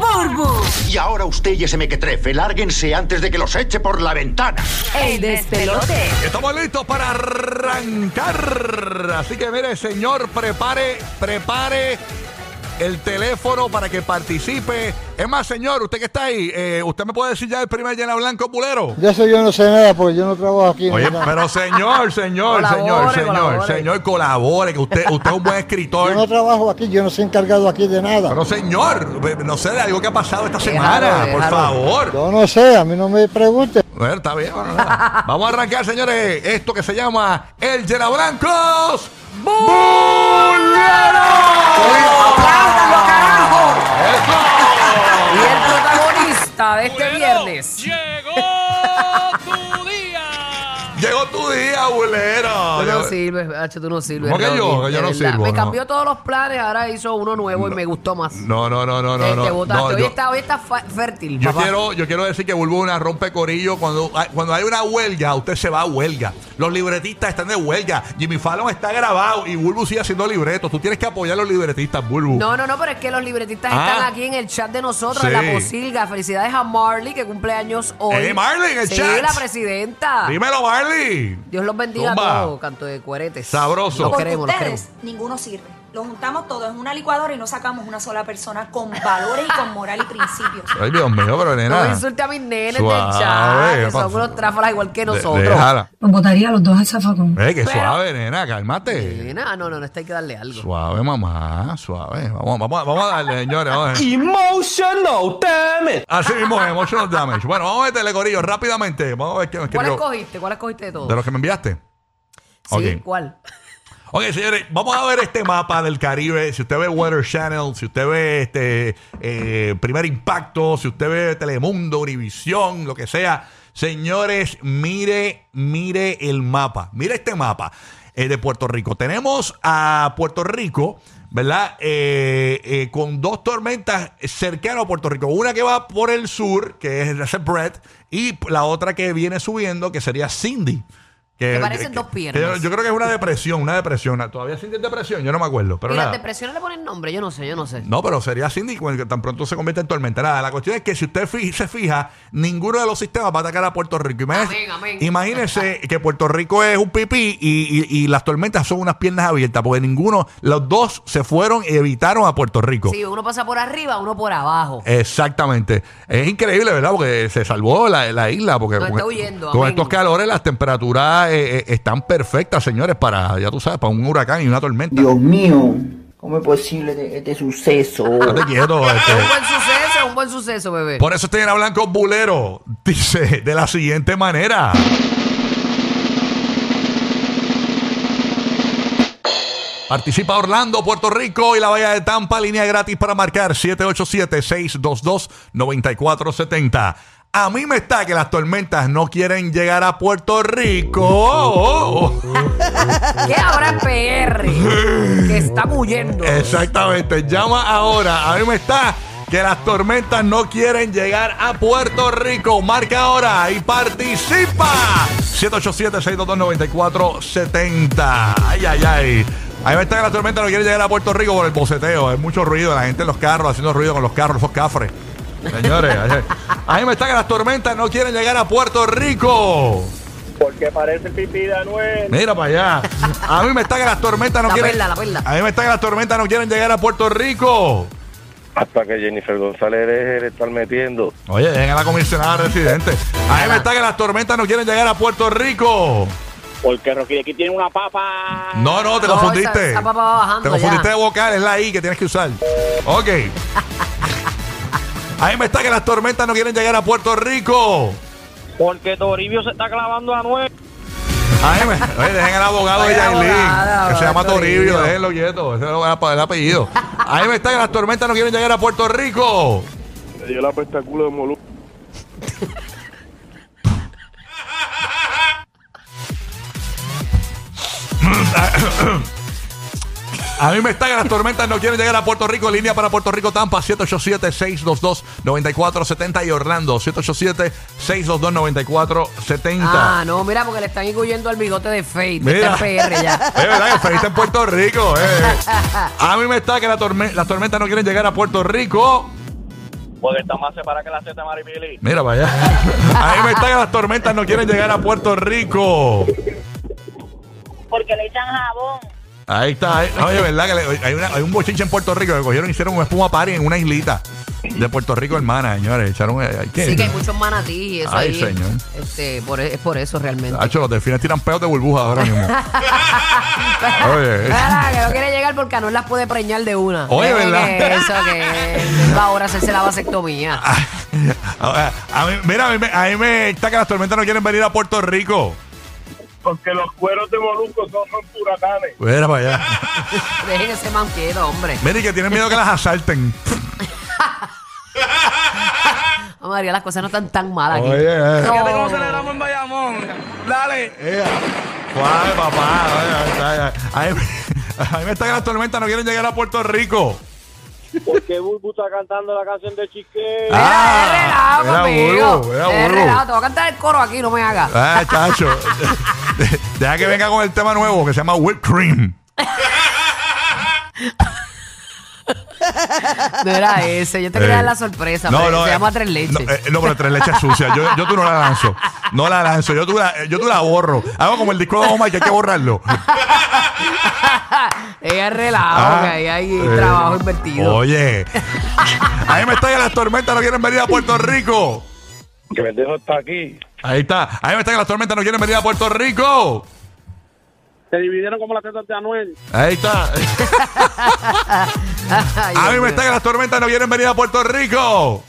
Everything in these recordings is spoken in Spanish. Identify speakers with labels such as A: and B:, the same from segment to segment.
A: Burbu,
B: Y ahora usted y ese mequetrefe, lárguense antes de que los eche por la ventana.
A: el despelote.
C: Estamos listos para arrancar. Así que mire, señor, prepare, prepare el teléfono para que participe. Es más, señor, usted que está ahí, eh, usted me puede decir ya el primer llena blanco pulero.
D: De eso yo no sé nada porque yo no trabajo aquí.
C: Oye,
D: ¿no?
C: pero señor, señor, señor,
A: Colabore,
C: señor,
A: colabore.
C: señor, colabore, que usted, usted es un buen
D: Yo no
C: escritor.
D: trabajo aquí, yo no soy encargado aquí de nada.
C: Pero señor, no sé de algo que ha pasado esta
A: Déjalo,
C: semana, por
A: déjalo.
C: favor.
D: Yo no sé, a mí no me pregunte.
C: Bueno, está bien. bueno, nada. Vamos a arrancar, señores, esto que se llama el Llena Blancos
A: ¡Apláudalo, carajo!
C: ¡Eso!
A: Y el protagonista de este viernes.
E: Llegó tu día.
C: Llegó tu día,
A: Tú no
C: bulero.
A: sirves, H, tú no sirves.
C: ¿Cómo que
A: Rocky,
C: yo? Que
A: de
C: yo no
A: verdad.
C: sirvo,
A: Me
C: no.
A: cambió todos los planes, ahora hizo uno nuevo y me gustó más.
C: No, no, no, no,
A: Te-
C: no.
A: Eh, te
C: no,
A: botaste.
C: no,
A: hoy,
C: yo-
A: está, hoy está fa- fértil,
C: Yo
A: papá.
C: quiero, yo quiero decir que vuelvo una rompe corillo. Cuando, hay- cuando hay una huelga, usted se va a huelga. Los libretistas están de huelga. Jimmy Fallon está grabado y Bulbu sigue haciendo libretos. Tú tienes que apoyar a los libretistas, Bulbu.
A: No, no, no, pero es que los libretistas
C: Ah.
A: están aquí en el chat de nosotros, en
C: Sí.
A: la posilga. Felicidades a Marley, que cumple años hoy.
C: ¡Eh, Marley, en el
A: Sí,
C: chat!
A: la presidenta.
C: Dímelo, Marley.
A: Dios los bendiga
C: Zumba.
A: a todos, canto de cueretes.
C: Sabroso.
A: Los
F: Porque
A: queremos, los queremos.
F: ustedes, ninguno sirve. Lo juntamos todos en una licuadora y no sacamos una sola persona con valores y con moral y principios.
C: Ay, Dios mío, pero nena.
A: No insulte a mis nenes del
C: Suave, pues,
A: chat, que
C: pa-
A: son unos tráfalas igual que nosotros.
C: De- déjala.
G: Los botaría a los dos al zafacón.
C: Eh, que suave, nena, cálmate.
A: Nena, ah, no, no, no, esto hay que darle algo.
C: eh. Suave, mamá, suave. Vamos, vamos, vamos a darle, señores. vamos a-
E: Emotional damage.
C: Así mismo, es, emotional damage. Bueno, vamos a meterle, Corillo, rápidamente. Vamos a ver qué me
A: ¿Cuál
C: escribió.
A: escogiste? ¿Cuál escogiste de todos?
C: De los que me enviaste.
A: sí,
C: ok.
A: ¿cuál?
C: Ok, señores, vamos a ver este mapa del Caribe. Si usted ve Weather Channel, si usted ve este eh, Primer Impacto, si usted ve Telemundo, Univisión, lo que sea, señores, mire, mire el mapa. Mire este mapa eh, de Puerto Rico. Tenemos a Puerto Rico, ¿verdad? Eh, eh, con dos tormentas cercanas a Puerto Rico. Una que va por el sur, que es Brett, y la otra que viene subiendo, que sería Cindy.
A: Que parecen dos piernas.
C: yo- yo creo que es una depresión, una depresión. Todavía Cindy es depresión, yo no me acuerdo. Pero
A: y las
C: nada.
A: depresiones le ponen nombre, yo no sé, yo no sé.
C: No, pero sería Cindy cuando tan pronto se convierte en tormenta. Nada, la cuestión es que si usted fi- se fija, ninguno de los sistemas va a atacar a Puerto Rico. Imagínese,
A: Amén, amén.
C: imagínese que Puerto Rico es un pipí y, y- y las tormentas son unas piernas abiertas, porque ninguno, los dos se fueron y evitaron a Puerto Rico.
A: Sí, uno pasa por arriba, uno por abajo.
C: Eh. Exactamente. Es increíble, ¿verdad? Porque se salvó la, la isla. Porque
A: No
C: con, e-
A: está huyendo,
C: con
A: amén.
C: estos calores las temperaturas eh, eh, están perfectas, señores, para, ya tú sabes, para un huracán y una tormenta.
H: Dios mío, ¿cómo es posible este, este suceso?
G: Ah,
C: Estate quieto, este.
A: Un buen suceso, un buen suceso, bebé.
C: Por eso este llena blanco bulero. Dice de la siguiente manera. Participa Orlando, Puerto Rico y la Bahía de Tampa. Línea gratis para marcar 787-622-9470. A mí me está que las tormentas no quieren llegar a Puerto Rico.
A: ¿Qué ahora es PR? que está huyendo.
C: Exactamente. Llama ahora. A mí me está que las tormentas no quieren llegar a Puerto Rico. Marca ahora y participa. 787-622-9470. Ay, ay, ay. A mí me está que las tormentas no quieren llegar a Puerto Rico por el boceteo. Hay mucho ruido. La gente en los carros haciendo ruido con los carros, esos cafres. Señores, ay, ay. a mí me está que las tormentas no quieren llegar a Puerto Rico.
I: Porque parece el pipí de Anuel.
C: Mira para allá. A mí me está que las tormentas no
A: La
C: quieren.
A: perla, la perla.
C: A mí me está que las tormentas no quieren llegar a Puerto Rico.
I: Hasta que Jennifer González deje de estar metiendo.
C: Oye, dejen a la comisionada residente. A mí me está que las tormentas no quieren llegar a Puerto Rico.
I: Porque Rocky aquí tiene una papa.
C: No, no, te
A: Ah. No,
C: confundiste.
A: esa- esa papa va bajando
C: te confundiste
A: ya.
C: de vocal, es la I que tienes que usar. Ok. A mí me está que las tormentas no quieren llegar a Puerto Rico.
I: Porque Toribio se está clavando a Anuel.
C: Ay, me, oye, dejen al abogado
A: Ay,
C: de Yailin,
A: abogado,
C: que se llama
A: Toribio.
C: Toribio, déjenlo quieto, ese es el apellido. Ahí me está que las tormentas no quieren llegar a Puerto Rico.
I: dio la pesta al culo de Molusco.
C: A mí me están las tormentas, no quieren llegar a Puerto Rico. Línea para Puerto Rico, Tampa, 787-622-9470 y Orlando, 787-622-9470.
A: Ah, no, mira, porque le están incluyendo al bigote de Fate.
C: Mira.
A: Está en PR ya.
C: Es verdad, que feliz en Puerto Rico. eh. A mí me está que la torme- las tormentas no quieren llegar a Puerto Rico.
I: Porque está más separada que la seta Maripili.
C: Mira, vaya. A mí me está que las tormentas no quieren llegar a Puerto Rico.
G: porque le echan jabón.
C: Ahí está. eh. Oye, ¿verdad? Que le- hay, una- hay un bochinche en Puerto Rico que cogieron y hicieron un espuma party en una islita de Puerto Rico, hermana, señores. Echaron. eh, ¿qué?
A: Sí, que hay muchos manatíes y eso
C: Ay,
A: ahí.
C: señor.
A: Este, por, es por eso realmente.
C: Hacho, los delfines tiran peos de burbuja ahora mismo. Oye.
A: Espera, que no quiere llegar porque no las puede preñar de una.
C: Oye,
A: Eh,
C: ¿verdad?
A: que eso que va ahora a hacerse la vasectomía.
C: A, Ah, a mí, mira, a mí, me- a mí me está que las tormentas no quieren venir a Puerto Rico.
I: Porque los cueros de Molusco son, son huracanes.
C: Mira para allá.
A: Dejen ese man quieto, hombre.
C: Mira, y que tienen miedo que las asalten.
A: Vamos, María, las cosas no están tan malas aquí.
C: Oye, eh.
E: Fíjate cómo celebramos en Bayamón. Dale.
C: Eh, ¿Cuál, papá? Oye, ay, ay, ay. A mí, a mí me está que las tormentas no quieren llegar a Puerto Rico.
I: Porque Bulbu está cantando la canción de Chique.
A: Mira,
C: Ah,
A: es relajo
C: era
A: conmigo.
C: burro, era
A: Es
C: burro.
A: relajo. Te voy a cantar el coro aquí, no me hagas.
C: Ah, chacho. De- Deja que venga con el tema nuevo que se llama Whipped Cream.
A: No era ese. Yo te
C: Eh,
A: quería dar la sorpresa. pero se
C: eh,
A: llama Tres Leches.
C: No, eh, no, pero tres leches es sucia. Yo, yo tú no la lanzo. No la lanzo. Yo tú la, eh, yo tú la borro. Hago como el disco de Omar que hay que borrarlo.
A: Ella es relajo,
C: Ah,
A: que ahí hay
C: eh,
A: trabajo invertido.
C: Oye. Ahí me está que las tormentas no quieren venir a Puerto Rico.
I: Que el dejo está aquí.
C: Ahí está. Ahí me está que las tormentas no quieren venir a Puerto Rico.
I: Se dividieron como las tetas de Anuel.
C: Ahí está.
A: Ay,
C: A
A: Dios
C: mí me
A: mío.
C: está que las tormentas no quieren venir a Puerto Rico.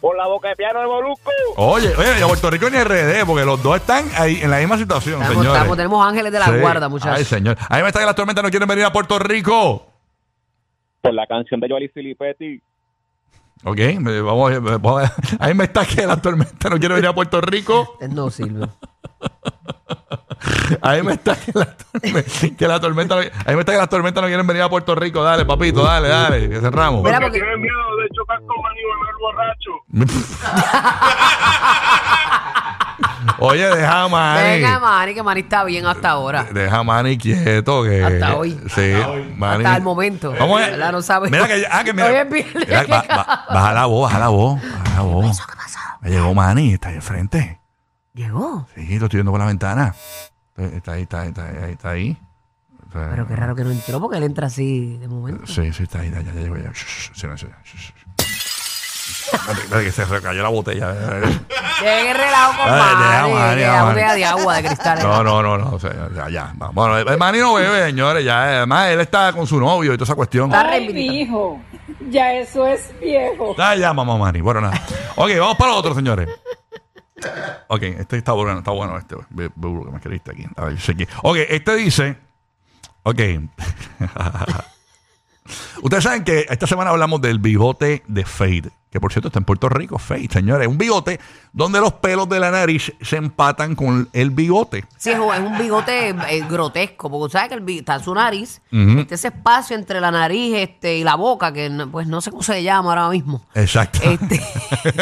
I: Por la boca de piano de Molusco.
C: Oye, oye, ni a Puerto Rico ni RD, porque los dos están ahí en la misma situación,
A: Estamos-
C: señores.
A: estamos- tenemos ángeles de la
C: Sí.
A: guarda, muchachos.
C: Ay, señor. A mí me está que las tormentas no quieren venir a Puerto Rico.
I: Por la canción de Joali Filipetti.
C: Ok, me- vamos, a- vamos a- ahí me está que la tormenta no quiere venir a Puerto Rico.
A: No, Silvio.
C: Ahí me está que la tormenta, que la tormenta no, ahí me está que las tormentas no quieren venir a Puerto Rico. Dale, papito, dale, dale, que cerramos.
A: Mira, porque
I: miedo de chocar con Aníbal borracho.
C: Oye, deja a Manny.
A: venga, Manny, que Manny está bien hasta ahora.
C: Deja a Manny quieto que
A: Hasta hoy.
C: Sí, Manny.
A: Hasta el momento.
C: Vamos a-
A: ¿Verdad? No sabe.
C: Mira que ah, que mira.
A: Hoy es viernes.
C: Mira, ba- ba- baja la voz, baja la voz, baja la voz. Me llegó Manny, está ahí al frente.
A: Llegó.
C: Sí, lo estoy viendo por la ventana. Está ahí, está ahí, está ahí. Está ahí. O sea,
A: Pero qué raro que no entró porque él entra así de momento.
C: Sí, sí, está ahí, ya, ya llegó ya. Shh, shh, silencio, ya. Shh, shh, shh. Espérate, espérate, que se recayó la botella. eh.
A: Llegué relajo con
C: Ay, deja,
A: Manny.
C: Manny,
A: que la
C: deja, Manny.
A: botella de agua de cristal.
C: No, no, no, no. o sea, ya, ya. va. Bueno, el Manny no bebe, señores. Ya, eh, además, él está con su novio y toda esa cuestión.
A: Está reivindicando.
G: hijo, ya eso es viejo.
C: Ah, ya, mamá Manny. Bueno, nada. Ok, vamos para los otros, señores. Ok, este está bueno, está bueno este. Ve- ve lo que me queriste aquí. A ver, cheque. Ok, este dice. Ok. Ustedes saben que esta semana hablamos del bigote de Fade, que por cierto está en Puerto Rico, Fade, señores. Un bigote donde los pelos de la nariz se empatan con el bigote.
A: Sí, es un es un bigote eh, grotesco, porque sabes que el bi- está en su nariz,
C: Ujú.
A: está ese espacio entre la nariz este, y la boca, que no- pues no sé cómo se llama ahora mismo.
C: Exacto.
A: Este,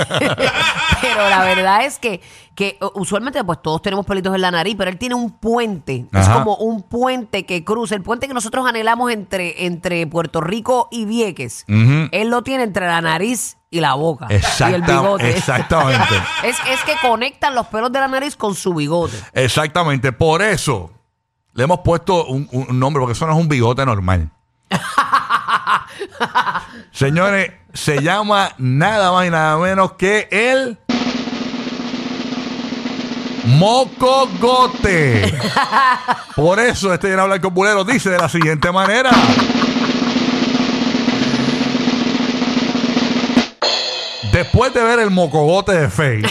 A: pero la verdad es que, que usualmente pues todos tenemos pelitos en la nariz, pero él tiene un puente. Es
C: Ajá.
A: como un puente que cruza, el puente que nosotros anhelamos entre, entre Puerto Rico y Vieques.
C: Ujú.
A: Él lo tiene entre la nariz y la boca.
C: Exacta-
A: y el bigote.
C: Exactamente.
A: Es, es que conectan los pelos de la nariz con su bigote.
C: Exactamente. Por eso le hemos puesto un, un nombre, porque eso no es un bigote normal. Señores, se llama nada más y nada menos que el mocogote. Por eso este lleno hablar con Bulero dice de la siguiente manera. Después de ver el mocogote de Faye,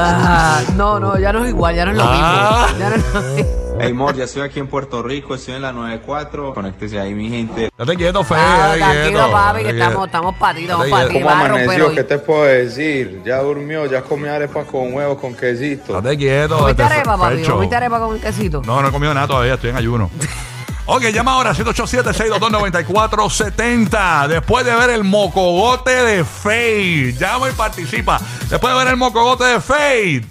A: Ah, no, no, ya no es igual, ya no es lo
C: Ah. Ah.
A: mismo. Ya no es lo mismo.
J: Hey, Mor, ya estoy aquí en Puerto Rico, estoy en la 94. Conéctese ahí, mi gente.
C: Date quieto, Fede.
A: Ah,
C: date
A: tranquilo,
C: quieto,
A: papi, que
C: date
A: estamos,
C: quieto.
A: estamos para ti, estamos
C: Dale,
A: para
C: ya.
A: ti.
J: ¿Cómo
A: Va a romper
J: amaneció?
A: hoy.
J: ¿Qué te puedo decir? Ya durmió, ya comió arepa con huevo, con quesito.
C: Date quieto.
A: ¿Comiste
C: date-
A: arepa, papi?
C: Fecho.
A: ¿Comiste arepa con quesito?
C: No, no he comido nada todavía, estoy en ayuno. Ok, llama ahora 787-622-9470. Después de ver el mocogote de Fade, llama y participa. Después de ver el mocogote de Fade,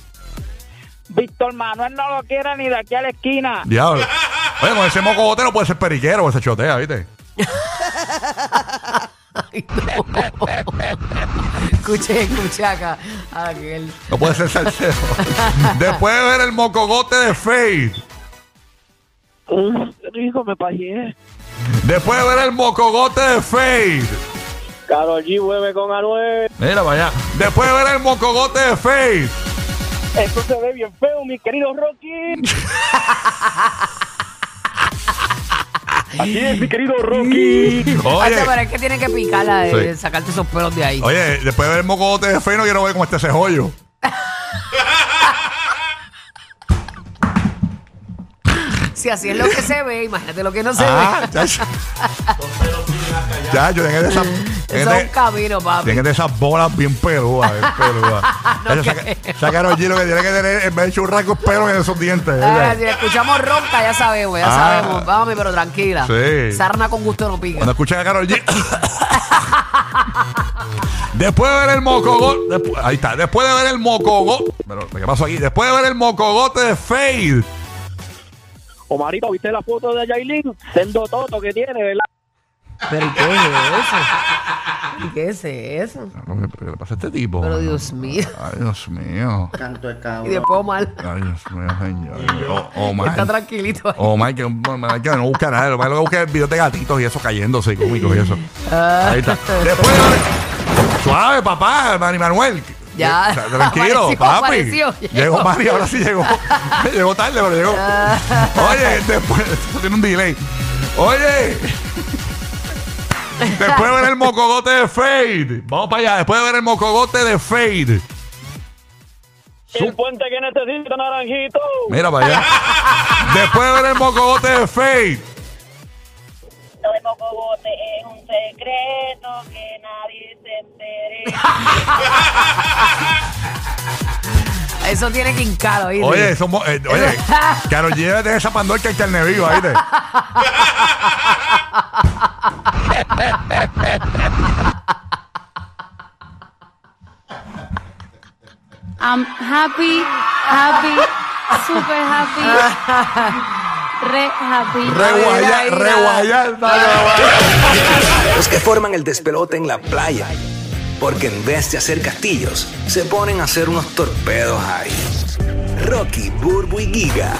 K: Víctor Manuel no lo quiere ni de aquí a la esquina.
C: diablo. Oye, con ese mocogote no puede ser periquero, esa chotea, ¿viste?
A: Escuché, escuché acá. Aquel.
C: No puede ser salsero. Después de ver el mocogote de Fade,
K: Hijo, me pagué.
C: después de ver el mocogote de Fade,
K: Carol G vuelve con Anuel.
C: mira, vaya. Después de ver el mocogote de Fade,
K: Esto se ve bien feo, mi querido Rocky. Así es, mi querido Rocky.
A: Oye,
C: Oye.
A: pero es que tienen que picarla, de
C: Sí.
A: sacarte esos pelos de ahí.
C: Oye, después de ver el mocogote de Fey, no quiero ver cómo está ese joyo.
A: Si así es lo que se ve, imagínate lo que no se
C: Ah,
A: ve.
C: ya, ya. Ya, yo tengo de esas.
A: Eso es un camino, papi.
C: Tiene de esas bolas bien peludas, bien peludas.
A: No
C: Ya, saca- Sacaron allí lo que tiene que tener en vez de churrascos pelos en esos dientes. ¿eh?
A: Ah,
C: ¿verdad?
A: si escuchamos ronca, ya sabemos, ya
C: Ah.
A: sabemos. Vamos, pero tranquila.
C: Sí.
A: Sarna con gusto no pica.
C: Cuando escuchan a Carol G. Después de ver el mocogote. despu- ahí está. Después de ver el mocogote. Pero, ¿qué pasó aquí? Después de ver el mocogote de Fade.
K: Omarito, ¿viste la foto de Jailin? Sendo toto que tiene, ¿verdad?
A: Pero ¿y qué es eso? ¿Y qué es eso?
C: ¿Qué le pasa a este tipo?
A: Pero Dios mío.
C: Ay, Dios mío.
H: Canto de
A: Y después mal.
C: Ay, Dios mío, señor. Oh, oh, my.
A: Está tranquilito. ahí.
C: Oh, my, que, my, que no busca nada. Lo que busca es videos de gatitos y eso cayéndose y cómicos y eso.
A: Ah.
C: Ahí está. Después. Suave, papá, Mari Manuel.
A: Ya.
C: O sea, Tranquilo,
A: Apareció,
C: papi.
A: apareció.
C: Llegó Mari, ahora sí llegó. llegó tarde, pero llegó.
A: Ah.
C: Oye, después. Esto tiene un delay. Oye. Después de ver el mocogote de Fade. Vamos para allá. Después de ver el mocogote de Fade.
K: El puente que necesita Naranjito.
C: Mira para allá. Después de ver el mocogote de Fade.
G: Lo de Mocobote es un secreto que nadie se entere.
A: Eso tiene que hincar, ¿oíste?
C: Oye, somos, eh, oye, Carol, llévate esa pandorca al carne vivo, ahí te.
L: I'm happy, happy, super happy, re happy.
C: Reguayar, reguayar,
M: Los que forman el despelote en la playa. Porque en vez de hacer castillos, se ponen a hacer unos torpedos ahí. Rocky, Burbu y Giga.